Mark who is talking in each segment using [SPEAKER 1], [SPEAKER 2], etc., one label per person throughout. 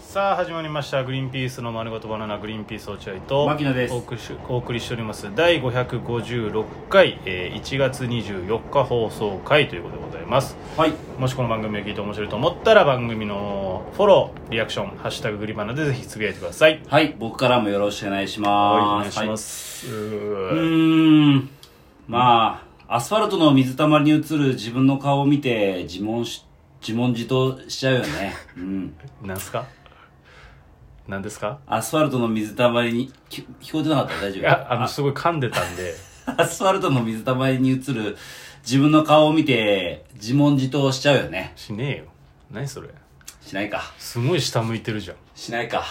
[SPEAKER 1] さあ始まりました「グリーンピースの丸ごとバナナグリーンピース落合」と
[SPEAKER 2] 牧野です
[SPEAKER 1] お送りしお送りしております第556回、えー1月24日放送回ということでございます
[SPEAKER 2] はい
[SPEAKER 1] もしこの番組を聞いて面白いと思ったら番組のフォローリアクション「ハッシュタググリバナ」でぜひつぶやいてください
[SPEAKER 2] はい僕からもよろしくお願いし
[SPEAKER 1] はいお
[SPEAKER 2] ま
[SPEAKER 1] 願い
[SPEAKER 2] す
[SPEAKER 1] します、
[SPEAKER 2] はいう
[SPEAKER 1] うー
[SPEAKER 2] ーんまあアスファルトの水たまりに映る自分の顔を見て自問し自問自答しちゃうよ ねうん
[SPEAKER 1] なんすかなんですか
[SPEAKER 2] アスファルトの水たまりにき聞こえてなかった大丈
[SPEAKER 1] い
[SPEAKER 2] 夫
[SPEAKER 1] やあのすごい噛んでたんで
[SPEAKER 2] アスファルトの水たまりに映る自分の顔を見て自問自答しちゃうよね
[SPEAKER 1] しねえよ何それ
[SPEAKER 2] しないか
[SPEAKER 1] すごい下向いてるじゃん
[SPEAKER 2] しないか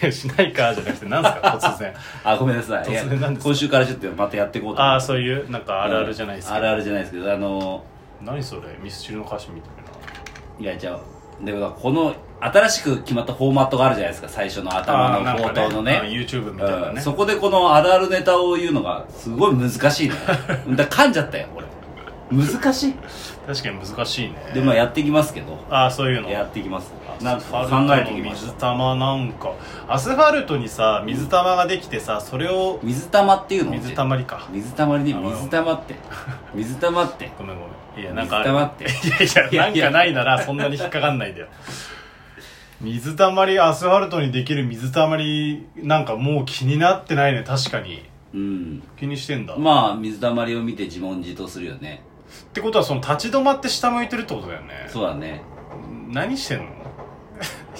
[SPEAKER 1] いやしないかじゃなくてなんすか突然
[SPEAKER 2] あごめんなさいいや
[SPEAKER 1] 突然なんですか
[SPEAKER 2] 今週からちょっとまたやっていこうと
[SPEAKER 1] ああ
[SPEAKER 2] う
[SPEAKER 1] そういうなんかあるあるじゃないですか、
[SPEAKER 2] あるあるじゃないですけどあの
[SPEAKER 1] 何それミスチルの歌詞みたい
[SPEAKER 2] いやじゃあでもこの新しく決まったフォーマットがあるじゃないですか最初の頭の
[SPEAKER 1] あーなん
[SPEAKER 2] 冒
[SPEAKER 1] かね
[SPEAKER 2] 頭の
[SPEAKER 1] うん
[SPEAKER 2] ね
[SPEAKER 1] YouTube みたいな
[SPEAKER 2] うん
[SPEAKER 1] ね
[SPEAKER 2] そこでこのあるあるネタを言うのがすごい難しい ねだから噛んじゃったよ俺難しい
[SPEAKER 1] な確かに難しいね
[SPEAKER 2] でまあやっていきますけど
[SPEAKER 1] ああそういうの
[SPEAKER 2] やっていきますな
[SPEAKER 1] ア
[SPEAKER 2] ん
[SPEAKER 1] スフ
[SPEAKER 2] か
[SPEAKER 1] ァ
[SPEAKER 2] 考え
[SPEAKER 1] ルト
[SPEAKER 2] て
[SPEAKER 1] の
[SPEAKER 2] いきまし
[SPEAKER 1] 水
[SPEAKER 2] た
[SPEAKER 1] 玉なんかアスファルトにさ水玉ができてさそれを
[SPEAKER 2] 水玉っていうの
[SPEAKER 1] 水たまりか
[SPEAKER 2] 水たまりね
[SPEAKER 1] あの
[SPEAKER 2] 水たまって水たまって
[SPEAKER 1] ごめんごめんいやなん
[SPEAKER 2] 水
[SPEAKER 1] か
[SPEAKER 2] たまって
[SPEAKER 1] いやいやなんかないならそんなに引っかかんないんだよ水たまりアスファルトにできる水たまりなんかもう気になってないね確かに
[SPEAKER 2] うん
[SPEAKER 1] 気にしてんだ、
[SPEAKER 2] まあ水たまりを見て自問自答するよね
[SPEAKER 1] ってことはその立ち止まって下向いてるってことだよね
[SPEAKER 2] そうだね
[SPEAKER 1] 何してん のい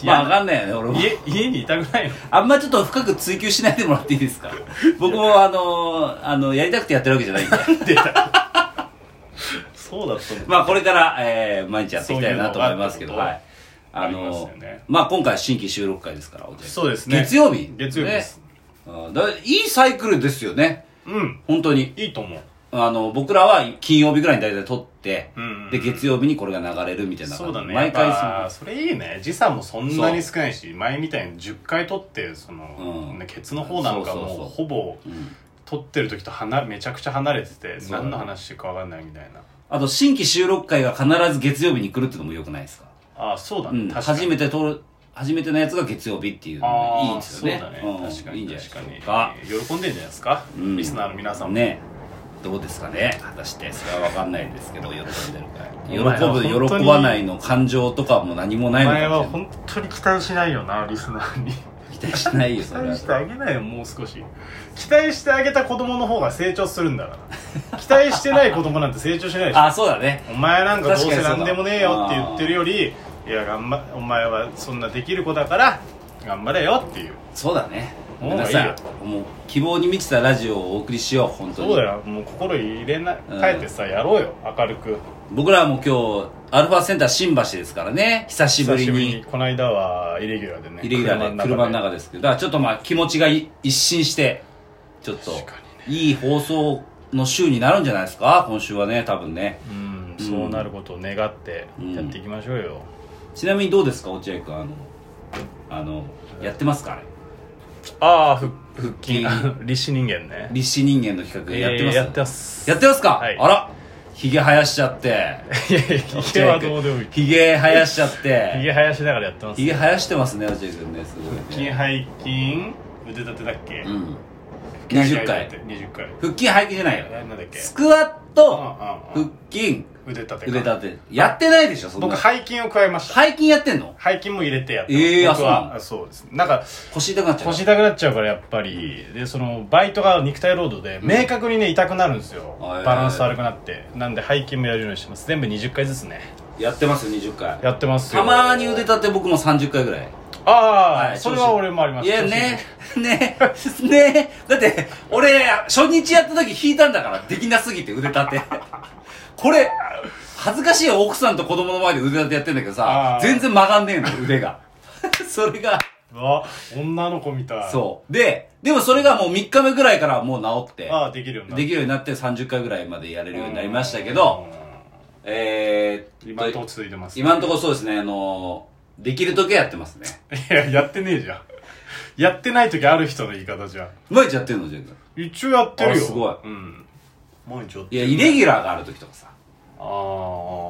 [SPEAKER 2] まあ
[SPEAKER 1] や、
[SPEAKER 2] わかんないよね俺も
[SPEAKER 1] 家家にいたくないの
[SPEAKER 2] あんまちょっと深く追求しないでもらってい いですか僕もあのーあの、やりたくてやってるわけじ ゃないんで。
[SPEAKER 1] そうだったの
[SPEAKER 2] まあこれから、えー、毎日やっていきたいなと思いますけど、
[SPEAKER 1] そういうの
[SPEAKER 2] は
[SPEAKER 1] が
[SPEAKER 2] い。あ
[SPEAKER 1] あります
[SPEAKER 2] の
[SPEAKER 1] よね
[SPEAKER 2] まあ今回新規収録会ですから、おじゃ
[SPEAKER 1] そうですね
[SPEAKER 2] 月曜日
[SPEAKER 1] 月曜日です、
[SPEAKER 2] ねあだいいサイクルですよね。
[SPEAKER 1] うん
[SPEAKER 2] 本当に。
[SPEAKER 1] いいと思う
[SPEAKER 2] あの、僕らは金曜日ぐらいに大体撮って、
[SPEAKER 1] うんうん
[SPEAKER 2] で、月曜日にこれが流れるみたいな感じ。
[SPEAKER 1] そうだね
[SPEAKER 2] 毎回そ
[SPEAKER 1] やっぱそれいいね時差もそんなに少ないし前みたいに10回撮ってその、
[SPEAKER 2] うん
[SPEAKER 1] ねケツの方なんか
[SPEAKER 2] そうそ
[SPEAKER 1] も
[SPEAKER 2] うそうう
[SPEAKER 1] ほぼ
[SPEAKER 2] う、うん
[SPEAKER 1] 撮ってる時と離めちゃくちゃ離れてて
[SPEAKER 2] そうだね
[SPEAKER 1] 何の話してるか分かんないみたいな
[SPEAKER 2] あと、新規収録会が必ず月曜日に来るってのも良くないですか
[SPEAKER 1] ああそうだ
[SPEAKER 2] う
[SPEAKER 1] ね、
[SPEAKER 2] ん、
[SPEAKER 1] 確かに
[SPEAKER 2] 初めて通る初めてのやつが月曜日っていうの
[SPEAKER 1] あ
[SPEAKER 2] が
[SPEAKER 1] あ
[SPEAKER 2] いいんですよ
[SPEAKER 1] そ
[SPEAKER 2] ね
[SPEAKER 1] うだね、
[SPEAKER 2] ん
[SPEAKER 1] 確かに
[SPEAKER 2] いいんじゃない
[SPEAKER 1] 確
[SPEAKER 2] で
[SPEAKER 1] かに
[SPEAKER 2] すか
[SPEAKER 1] 喜んでんじゃないですか、
[SPEAKER 2] うん
[SPEAKER 1] リスナーの皆さんも
[SPEAKER 2] ねどうですかね果たしてそれは分かんないですけど喜んでる
[SPEAKER 1] お前は
[SPEAKER 2] か
[SPEAKER 1] 本
[SPEAKER 2] 喜
[SPEAKER 1] 当
[SPEAKER 2] ぶ
[SPEAKER 1] に
[SPEAKER 2] 喜ばないの感情とかも何もないのかもし
[SPEAKER 1] 前
[SPEAKER 2] れ
[SPEAKER 1] は
[SPEAKER 2] ない
[SPEAKER 1] 本当に期待しないよなリスナーに
[SPEAKER 2] 期待しないよ
[SPEAKER 1] 期
[SPEAKER 2] それは
[SPEAKER 1] 待してあげないよもう少し期待してあげた子供の方が成長するんだから期待してない子供なんて成長しないでしょ
[SPEAKER 2] あそうだね
[SPEAKER 1] お前なんかどうせ
[SPEAKER 2] 確かにそ
[SPEAKER 1] 何
[SPEAKER 2] うだ
[SPEAKER 1] でもねえよって言ってるよりいや頑張お前はそんなできる子だから頑張れよっていう
[SPEAKER 2] そうだね
[SPEAKER 1] もう
[SPEAKER 2] 皆
[SPEAKER 1] いい
[SPEAKER 2] さ
[SPEAKER 1] よ
[SPEAKER 2] んもう希望に満ちたラジオをお送りしよう本当に
[SPEAKER 1] そうだよもう心入れない変えてさやろうよ明るく
[SPEAKER 2] 僕らはもう今日アルファセンター新橋ですからね久しぶりに
[SPEAKER 1] この間はイレギュラーでね
[SPEAKER 2] イレギュラーで車の中ですけどだからちょっとまあ気持ちがい一新してちょっと
[SPEAKER 1] 確か
[SPEAKER 2] いい放送の週になるんじゃないですか今週はね多分ね
[SPEAKER 1] うんそうなることを願ってやっていきましょうよ、
[SPEAKER 2] ちなみにどうですか落合君あのあのやってますかあれ
[SPEAKER 1] ああ腹腹筋
[SPEAKER 2] 筋
[SPEAKER 1] 立志人間ね
[SPEAKER 2] 立志人間の企画やってます、
[SPEAKER 1] えーやってます
[SPEAKER 2] やってますか、
[SPEAKER 1] はい
[SPEAKER 2] あらひげ生やしちゃって
[SPEAKER 1] いやいやひげはどうでもいい
[SPEAKER 2] ひげ生やしちゃっ
[SPEAKER 1] ひ
[SPEAKER 2] て
[SPEAKER 1] げ生やしながらやってます
[SPEAKER 2] ひげ生やしてますね落合君ねすごい
[SPEAKER 1] 筋
[SPEAKER 2] ね
[SPEAKER 1] 背筋腕立てだっけ、
[SPEAKER 2] うん20
[SPEAKER 1] 腹筋
[SPEAKER 2] 回
[SPEAKER 1] 背筋20回
[SPEAKER 2] 腹筋背筋じゃないよ
[SPEAKER 1] なんだっけ
[SPEAKER 2] スクワット
[SPEAKER 1] うんうんう
[SPEAKER 2] 腹
[SPEAKER 1] ん
[SPEAKER 2] 筋
[SPEAKER 1] 腕立てか
[SPEAKER 2] 腕立てやってないでしょそんな
[SPEAKER 1] 僕背筋を加えました
[SPEAKER 2] 背筋やってんの
[SPEAKER 1] 背筋も入れてやって
[SPEAKER 2] えーあ
[SPEAKER 1] 僕は
[SPEAKER 2] そうなの
[SPEAKER 1] あそうですなんか
[SPEAKER 2] 腰痛くなっちゃう
[SPEAKER 1] 腰痛くなっちゃうからやっぱりでそのバイトが肉体労働で明確にね痛くなるんですよ、
[SPEAKER 2] はい
[SPEAKER 1] バランス悪くなってなんで背筋もやるようにしてます全部20回ずつね
[SPEAKER 2] やってますよ20回
[SPEAKER 1] やってますよ
[SPEAKER 2] たまに腕立て僕も30回ぐらい
[SPEAKER 1] ああ、
[SPEAKER 2] はい
[SPEAKER 1] それは俺もあります
[SPEAKER 2] いやねねねだって俺初日やった時引いたんだからできなすぎて腕立て これ恥ずかしいよ奥さんと子供の前で腕立てやってんだけど
[SPEAKER 1] あ
[SPEAKER 2] さ
[SPEAKER 1] ー
[SPEAKER 2] 全然曲がんねえの腕が それが
[SPEAKER 1] うわ女の子みたい
[SPEAKER 2] そうででもそれがもう3日目ぐらいからはもう治って
[SPEAKER 1] ああできるようにな
[SPEAKER 2] できるようになって30回ぐらいまでやれるようになりましたけどえーっと
[SPEAKER 1] 今んとこ続いてます
[SPEAKER 2] 今のところそうですね、あのー、できる時はやってますね。
[SPEAKER 1] いややってねえじゃんやってない時ある人の言い方じゃん
[SPEAKER 2] 毎日やってるの、ジェイ君。
[SPEAKER 1] 一応やってるよ
[SPEAKER 2] あすごい
[SPEAKER 1] うん毎日やっ
[SPEAKER 2] い
[SPEAKER 1] て
[SPEAKER 2] や、
[SPEAKER 1] る
[SPEAKER 2] イレギュラーがある時とかさ。
[SPEAKER 1] あ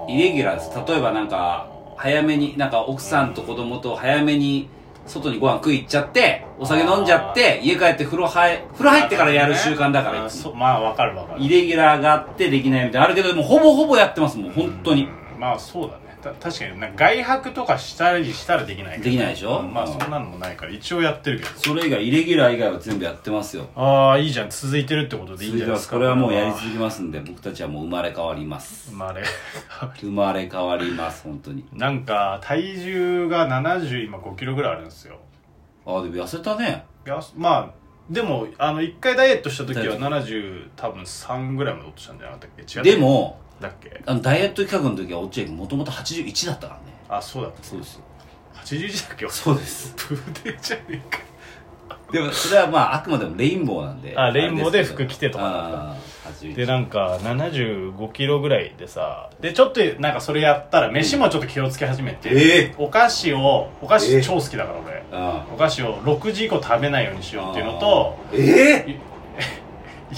[SPEAKER 1] あ
[SPEAKER 2] イレギュラーです。例えばなんか、早めに、なんか奥さんと子供と早めに外にご飯食い行っちゃって、お酒飲んじゃって、家帰って風呂入、風呂入ってからやる習慣だから、
[SPEAKER 1] あそうまあわかるわかる
[SPEAKER 2] イレギュラーがあってできないみたいな、あるけど、もうほぼほぼやってますもん、本当に
[SPEAKER 1] う。んまあそうだねた確かになんか外泊とかしたりしたらできないけど
[SPEAKER 2] できないでしょ
[SPEAKER 1] うんまあそんなのもないから一応やってるけど
[SPEAKER 2] それ以外、イレギュラー以外は全部やってますよ。
[SPEAKER 1] ああいいじゃん続いてるってことでいいんじゃ
[SPEAKER 2] 続いて
[SPEAKER 1] ない
[SPEAKER 2] ま
[SPEAKER 1] です
[SPEAKER 2] す。
[SPEAKER 1] か
[SPEAKER 2] これはもうやり続けますんで、僕たちはもう生まれ変わります。
[SPEAKER 1] まああれ
[SPEAKER 2] 生まれ変わります、本当に。
[SPEAKER 1] なんか体重が70今5キロぐらいあるんですよ
[SPEAKER 2] ああ、でも痩せたね。
[SPEAKER 1] いやまあでもあの1回ダイエットした時
[SPEAKER 2] ダイエ
[SPEAKER 1] は
[SPEAKER 2] ッ
[SPEAKER 1] 70多分3ぐらいまで落としたんじゃなかったっけ違った
[SPEAKER 2] でも、
[SPEAKER 1] だっけ
[SPEAKER 2] あのダイエット企画の時は落合君もともと81だったからね。
[SPEAKER 1] あそうだ
[SPEAKER 2] そうですよ。
[SPEAKER 1] 81だっけ
[SPEAKER 2] そ うです。
[SPEAKER 1] プーデーじゃねえか
[SPEAKER 2] でも、それはまあ、あくまでもレインボーなんで。
[SPEAKER 1] あレインボーで
[SPEAKER 2] あれすけど
[SPEAKER 1] 服着てとかだった
[SPEAKER 2] ああ、81
[SPEAKER 1] でなんか75キロぐらいでさでちょっとなんかそれやったら飯もちょっと気をつけ始めて、
[SPEAKER 2] え
[SPEAKER 1] お菓子をお菓
[SPEAKER 2] え
[SPEAKER 1] 子
[SPEAKER 2] ー
[SPEAKER 1] 超好きだから俺、
[SPEAKER 2] あ
[SPEAKER 1] お菓子を6時以降食べないようにしようっていうのと
[SPEAKER 2] あーええ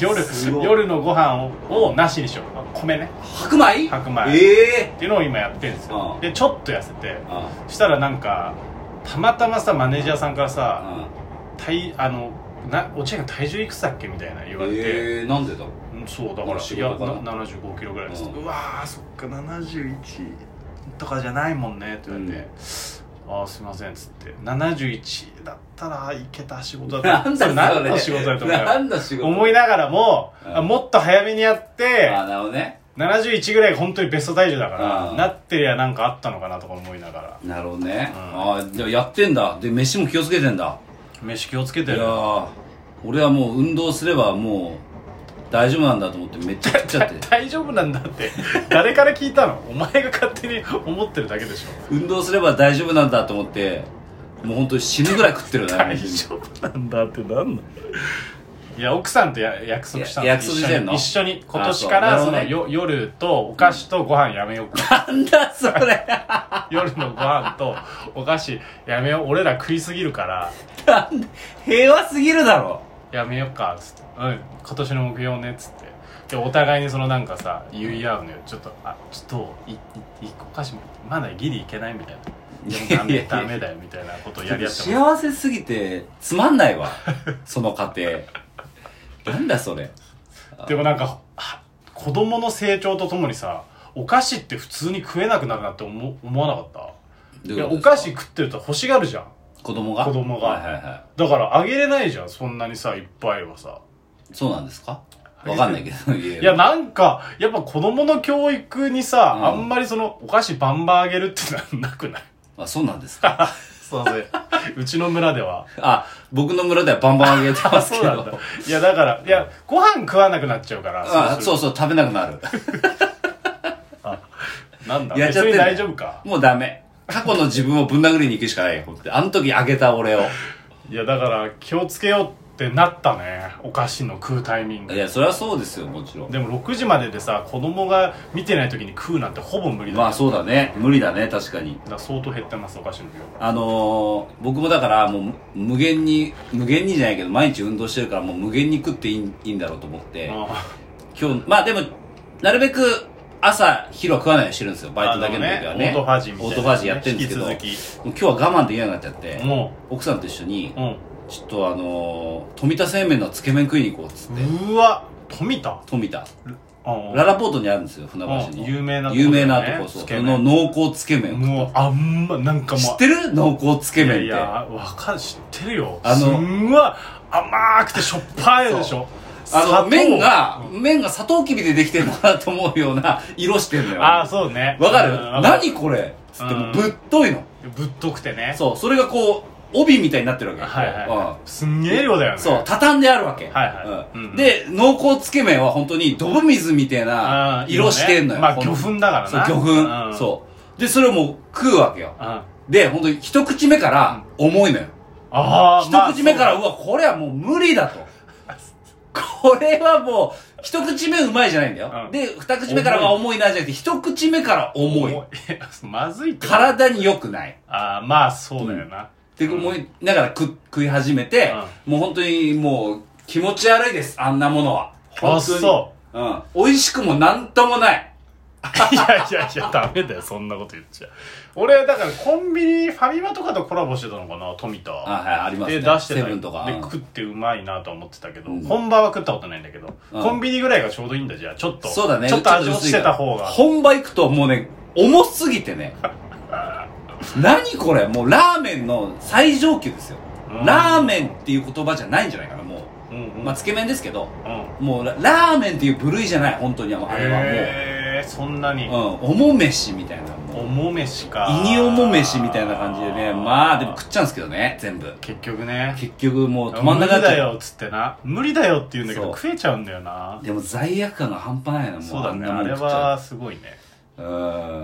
[SPEAKER 1] 夜
[SPEAKER 2] すごい
[SPEAKER 1] 夜のご飯ををなしにしよう米ね
[SPEAKER 2] 白米
[SPEAKER 1] 白米
[SPEAKER 2] ええ
[SPEAKER 1] っていうのを今やってるんですよ
[SPEAKER 2] あー
[SPEAKER 1] でちょっと痩せて
[SPEAKER 2] あ
[SPEAKER 1] したらなんかたまたまさマネージャーさんから
[SPEAKER 2] あ
[SPEAKER 1] さ
[SPEAKER 2] あ
[SPEAKER 1] 「体あのな落合君体重いくつだっけ?」みたいな言われて、
[SPEAKER 2] ええなんでだ
[SPEAKER 1] うんそうだから
[SPEAKER 2] 仕
[SPEAKER 1] い
[SPEAKER 2] 事
[SPEAKER 1] や
[SPEAKER 2] かな
[SPEAKER 1] な75キロぐらいです、
[SPEAKER 2] う
[SPEAKER 1] うんわーそっか71とかじゃないもんねって言われて、ああすいませんっつって71だったらいけた仕 事だ
[SPEAKER 2] な
[SPEAKER 1] と
[SPEAKER 2] んだそれ
[SPEAKER 1] 何の仕事だと
[SPEAKER 2] な
[SPEAKER 1] か
[SPEAKER 2] んだ仕事
[SPEAKER 1] 思いながらも、
[SPEAKER 2] うん
[SPEAKER 1] あもっと早めにやって
[SPEAKER 2] ああなるほどね
[SPEAKER 1] 71ぐらいが本当にベスト体重だから、
[SPEAKER 2] うん
[SPEAKER 1] なってりゃなんかあったのかなとか思いながら
[SPEAKER 2] なるほどね、
[SPEAKER 1] うん
[SPEAKER 2] ああでもやってんだで飯も気をつけてんだ
[SPEAKER 1] 飯気をつけ
[SPEAKER 2] い
[SPEAKER 1] て
[SPEAKER 2] や
[SPEAKER 1] る
[SPEAKER 2] ー俺はもう運動すればもう大丈夫なんだと思ってめっちゃ食っちゃって
[SPEAKER 1] 大丈夫なんだって誰から聞いたのお前が勝手に思ってるだけでしょ
[SPEAKER 2] 運動すれば大丈夫なんだと思ってもう本当に死ぬぐらい食ってるね
[SPEAKER 1] 大丈夫なんだってなんのいや奥さんとや約束したの
[SPEAKER 2] いや約束してんの
[SPEAKER 1] 一緒に一緒に今年
[SPEAKER 2] あ
[SPEAKER 1] か
[SPEAKER 2] そ
[SPEAKER 1] ら
[SPEAKER 2] う
[SPEAKER 1] そ
[SPEAKER 2] な
[SPEAKER 1] の
[SPEAKER 2] るほどね
[SPEAKER 1] よ夜とお菓子とご飯やめよう か
[SPEAKER 2] なんだそれ
[SPEAKER 1] 夜のご飯とお菓子やめよう俺ら食いすぎるから
[SPEAKER 2] なんだ平和すぎるだろ
[SPEAKER 1] やめようかっつって、うん、今年の目標ねっつってでお互いにそのなんかさ言い合うのよちょっとあちょっといいいお菓子もまだギリいけないみたいなでもダ
[SPEAKER 2] いやいやい
[SPEAKER 1] メ
[SPEAKER 2] や
[SPEAKER 1] ダメだよみたいなことをやり合ってます
[SPEAKER 2] 幸せすぎてつまんないわその過程なんだそれ
[SPEAKER 1] でもなんかは子供の成長とともにさお菓子って普通に食えなくなるなって思思わなかったいやお菓子食ってると欲しがるじゃん
[SPEAKER 2] 子供が
[SPEAKER 1] 子供が
[SPEAKER 2] はいはいは
[SPEAKER 1] だからあげれないじゃんそんなにさいっぱいはさ
[SPEAKER 2] いそうなんですかわかんないけどいや
[SPEAKER 1] いやなんかやっぱ子供の教育にさ、
[SPEAKER 2] うん
[SPEAKER 1] あんまりそのお菓子バンバンあげるってなんなくない
[SPEAKER 2] あそうなんですか
[SPEAKER 1] そうせ うちの村では
[SPEAKER 2] あ僕の村ではバンバンあげて
[SPEAKER 1] あ
[SPEAKER 2] ま す
[SPEAKER 1] そ
[SPEAKER 2] け
[SPEAKER 1] う
[SPEAKER 2] ど
[SPEAKER 1] なんだいやだからいやご飯食わなくなっちゃうから
[SPEAKER 2] あそううそう食べなくなる
[SPEAKER 1] するなんだ
[SPEAKER 2] やっち
[SPEAKER 1] 別
[SPEAKER 2] ゃってん
[SPEAKER 1] に
[SPEAKER 2] だ
[SPEAKER 1] 大丈夫か
[SPEAKER 2] もうダメ過去の自分をぶん殴りに行くしかないよ 本当にあの時あげた俺を
[SPEAKER 1] いやだから気をつけようってなったねお菓子の食うタイミン
[SPEAKER 2] い
[SPEAKER 1] グ
[SPEAKER 2] やそれはそうですよもちろん
[SPEAKER 1] でも6時まででさ子供が見てない時に食うなんてほぼ無理だ,、
[SPEAKER 2] まあそうだね無理だね確かに
[SPEAKER 1] だから相当減ってますお菓子の量が
[SPEAKER 2] あのー僕もだからもう無限に無限にじゃないけど毎日運動してるからもう無限に食っていいいいんだろうと思って
[SPEAKER 1] あ
[SPEAKER 2] 今日まあでもなるべく朝昼は食わないようにしてるんですよバイトだけの時はね
[SPEAKER 1] あのオートファジーみたいな、
[SPEAKER 2] オートファジーやってるんですけど
[SPEAKER 1] 引き
[SPEAKER 2] もう今日は我慢できなくなっちゃって
[SPEAKER 1] 続きも
[SPEAKER 2] 奥さんと一緒に
[SPEAKER 1] ううん
[SPEAKER 2] ちょっとあのー富田製麺のつけ麺食いに行こうっつって
[SPEAKER 1] うわ富田
[SPEAKER 2] 富田
[SPEAKER 1] うん
[SPEAKER 2] ララポートにあるんですよ船橋
[SPEAKER 1] うん
[SPEAKER 2] の
[SPEAKER 1] 有名なとこだよね
[SPEAKER 2] 有名なとこそう
[SPEAKER 1] つ
[SPEAKER 2] そ
[SPEAKER 1] け
[SPEAKER 2] の
[SPEAKER 1] 麺
[SPEAKER 2] 濃厚つけ麺を
[SPEAKER 1] もうあんまなんか
[SPEAKER 2] 知
[SPEAKER 1] もう
[SPEAKER 2] ってる濃厚つけ麺
[SPEAKER 1] い
[SPEAKER 2] って
[SPEAKER 1] やいやわかる知ってるよ
[SPEAKER 2] あ
[SPEAKER 1] あ
[SPEAKER 2] の
[SPEAKER 1] のすんごい甘くてしょっぱいでしょ
[SPEAKER 2] あ
[SPEAKER 1] 砂
[SPEAKER 2] の、
[SPEAKER 1] 糖
[SPEAKER 2] 麺が、麺がサトウキビでできてんのかなと思うような 色してんのよ。
[SPEAKER 1] ああ
[SPEAKER 2] わ
[SPEAKER 1] そうね
[SPEAKER 2] かる
[SPEAKER 1] うん
[SPEAKER 2] 何これつって、もうぶっといの。
[SPEAKER 1] ぶっとくてね
[SPEAKER 2] そう、それがこう、帯みたいになってるわけ。
[SPEAKER 1] はいはい
[SPEAKER 2] うん
[SPEAKER 1] はいすんげえ量だよね
[SPEAKER 2] そう、畳んであるわけ。
[SPEAKER 1] はいはい
[SPEAKER 2] うん
[SPEAKER 1] うん
[SPEAKER 2] で、濃厚つけ麺は本当に、ドブ水みたいな
[SPEAKER 1] あー
[SPEAKER 2] 色してんのよ。
[SPEAKER 1] ねまあ
[SPEAKER 2] ほんと
[SPEAKER 1] 魚粉だから
[SPEAKER 2] そう、
[SPEAKER 1] な
[SPEAKER 2] 魚粉、
[SPEAKER 1] うん
[SPEAKER 2] そう。で、それをもう食うわけよ。
[SPEAKER 1] あ
[SPEAKER 2] で、本当に一口目から、重いのよ。
[SPEAKER 1] あーまあ
[SPEAKER 2] 一口目から、
[SPEAKER 1] そう
[SPEAKER 2] わ、これはもう無理 だと。これはもう、一口目うまいじゃないんだよ。
[SPEAKER 1] うん
[SPEAKER 2] で、二口目からが重いなじゃなくて、一口目から
[SPEAKER 1] う
[SPEAKER 2] 重い。
[SPEAKER 1] 重いまずいって
[SPEAKER 2] 体に良くない。
[SPEAKER 1] ああまあそうだよな
[SPEAKER 2] で、
[SPEAKER 1] うん
[SPEAKER 2] 思いながら食食い始めて、もう本当にもう気持ち悪いです、あんなものは。
[SPEAKER 1] あ
[SPEAKER 2] 本当に。
[SPEAKER 1] そう
[SPEAKER 2] うん。美味しくもなんともない。
[SPEAKER 1] いやいやいやダメだよそんなこと言っちゃ俺だからコンビニファミマとかとコラボしてたのかな富田
[SPEAKER 2] あはいありますね
[SPEAKER 1] で出してた
[SPEAKER 2] セブンとか
[SPEAKER 1] で
[SPEAKER 2] うん
[SPEAKER 1] 食ってうまいなとは思ってたけど、
[SPEAKER 2] うん
[SPEAKER 1] 本場は食ったことないんだけど、
[SPEAKER 2] うん
[SPEAKER 1] コンビニぐらいがちょうどいいんだじゃあちょっと
[SPEAKER 2] そうだね
[SPEAKER 1] ちょっと味をし
[SPEAKER 2] 薄
[SPEAKER 1] て
[SPEAKER 2] いか
[SPEAKER 1] た
[SPEAKER 2] ら
[SPEAKER 1] 方が
[SPEAKER 2] 本場行くともうね重すぎ てね何これもうラーメンの最上級ですよ、
[SPEAKER 1] うん
[SPEAKER 2] ラーメンっていう言葉じゃないんじゃないかなも
[SPEAKER 1] う
[SPEAKER 2] う、
[SPEAKER 1] んうん、
[SPEAKER 2] まあつけ麺ですけど
[SPEAKER 1] うん
[SPEAKER 2] もうララーメンっていう部類じゃない本当にあれはもう、
[SPEAKER 1] へーそんなに、
[SPEAKER 2] うん、おもめしみたいなも
[SPEAKER 1] おもめしか
[SPEAKER 2] う胃におもめしみたいな感じでねまあでも食っちゃうんですけどね全部
[SPEAKER 1] 結局ね
[SPEAKER 2] 結局もう止まんなくな
[SPEAKER 1] 無
[SPEAKER 2] っ
[SPEAKER 1] 理だ
[SPEAKER 2] ちゃう
[SPEAKER 1] よっつってな無理だよって言うんだけど
[SPEAKER 2] そう
[SPEAKER 1] 食えちゃうんだよな
[SPEAKER 2] でも罪悪感が半端ないなもう
[SPEAKER 1] そうだね
[SPEAKER 2] んなも
[SPEAKER 1] あ
[SPEAKER 2] ん
[SPEAKER 1] れ
[SPEAKER 2] 食っちゃ
[SPEAKER 1] はすごいね
[SPEAKER 2] うう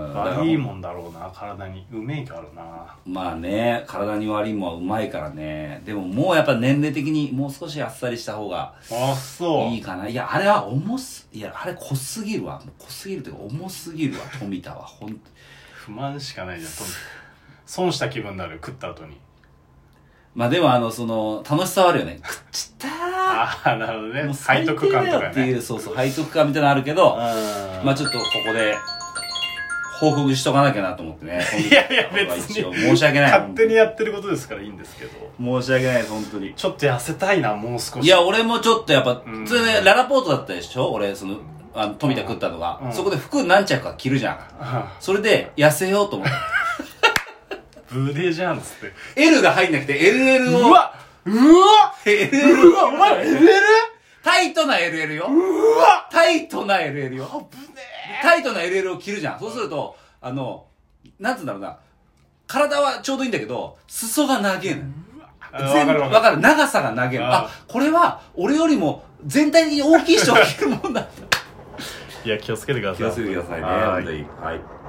[SPEAKER 2] んだから
[SPEAKER 1] 悪いもんだろうな体にうめえけあるな
[SPEAKER 2] まあね体に悪いもんはうまいからねでももうやっぱ年齢的にもう少しあっさりした方が
[SPEAKER 1] あそう
[SPEAKER 2] いいかないやあれは重すいやあれ濃すぎるわもう濃すぎるというか重すぎるわ富田はほんと
[SPEAKER 1] 不満しかないじゃんとにかく損した気分になる食った後に
[SPEAKER 2] まあでもあのその楽しさはあるよね食っちゃったー
[SPEAKER 1] ああなるほど
[SPEAKER 2] も
[SPEAKER 1] ね
[SPEAKER 2] う
[SPEAKER 1] 背
[SPEAKER 2] 最低
[SPEAKER 1] 徳感
[SPEAKER 2] だ
[SPEAKER 1] と
[SPEAKER 2] よ
[SPEAKER 1] か
[SPEAKER 2] っていう、
[SPEAKER 1] ね
[SPEAKER 2] そうそう、背徳感みたいなのあるけど、
[SPEAKER 1] うん
[SPEAKER 2] まあちょっとここで、報告しとかなきゃなと思ってね。
[SPEAKER 1] いやいや別に
[SPEAKER 2] 一応申し訳ない。
[SPEAKER 1] 勝手にやってることですからいいんですけど
[SPEAKER 2] 申し訳ないです、本当に。
[SPEAKER 1] ちょっと痩せたいなもう少し
[SPEAKER 2] い や、俺もちょっとやっぱ、
[SPEAKER 1] うん
[SPEAKER 2] それで、ララポートだったでしょ俺、その、あの、富田食ったのが、
[SPEAKER 1] うん
[SPEAKER 2] そこで服何着か着るじゃん。
[SPEAKER 1] あ
[SPEAKER 2] それで、痩せようと 思っ
[SPEAKER 1] ブデじゃんっつって
[SPEAKER 2] て。L が入んなくて、LL を。
[SPEAKER 1] うわうわ
[SPEAKER 2] !LL
[SPEAKER 1] うわお前レベル
[SPEAKER 2] タイトな LL よ。
[SPEAKER 1] うわ
[SPEAKER 2] タイトな LL よ。
[SPEAKER 1] 危ねえ
[SPEAKER 2] タイトな LL を着るじゃん。そうすると、あの、なんつうんだろうな。体はちょうどいいんだけど、裾が長えのよ。
[SPEAKER 1] あわかるわか
[SPEAKER 2] わ
[SPEAKER 1] る
[SPEAKER 2] かる。長さが長えの。
[SPEAKER 1] あ
[SPEAKER 2] あ、これは、俺よりも、全体的に大きい人が着るもんだ。
[SPEAKER 1] いや気をつけてください
[SPEAKER 2] ください
[SPEAKER 1] はい
[SPEAKER 2] はい。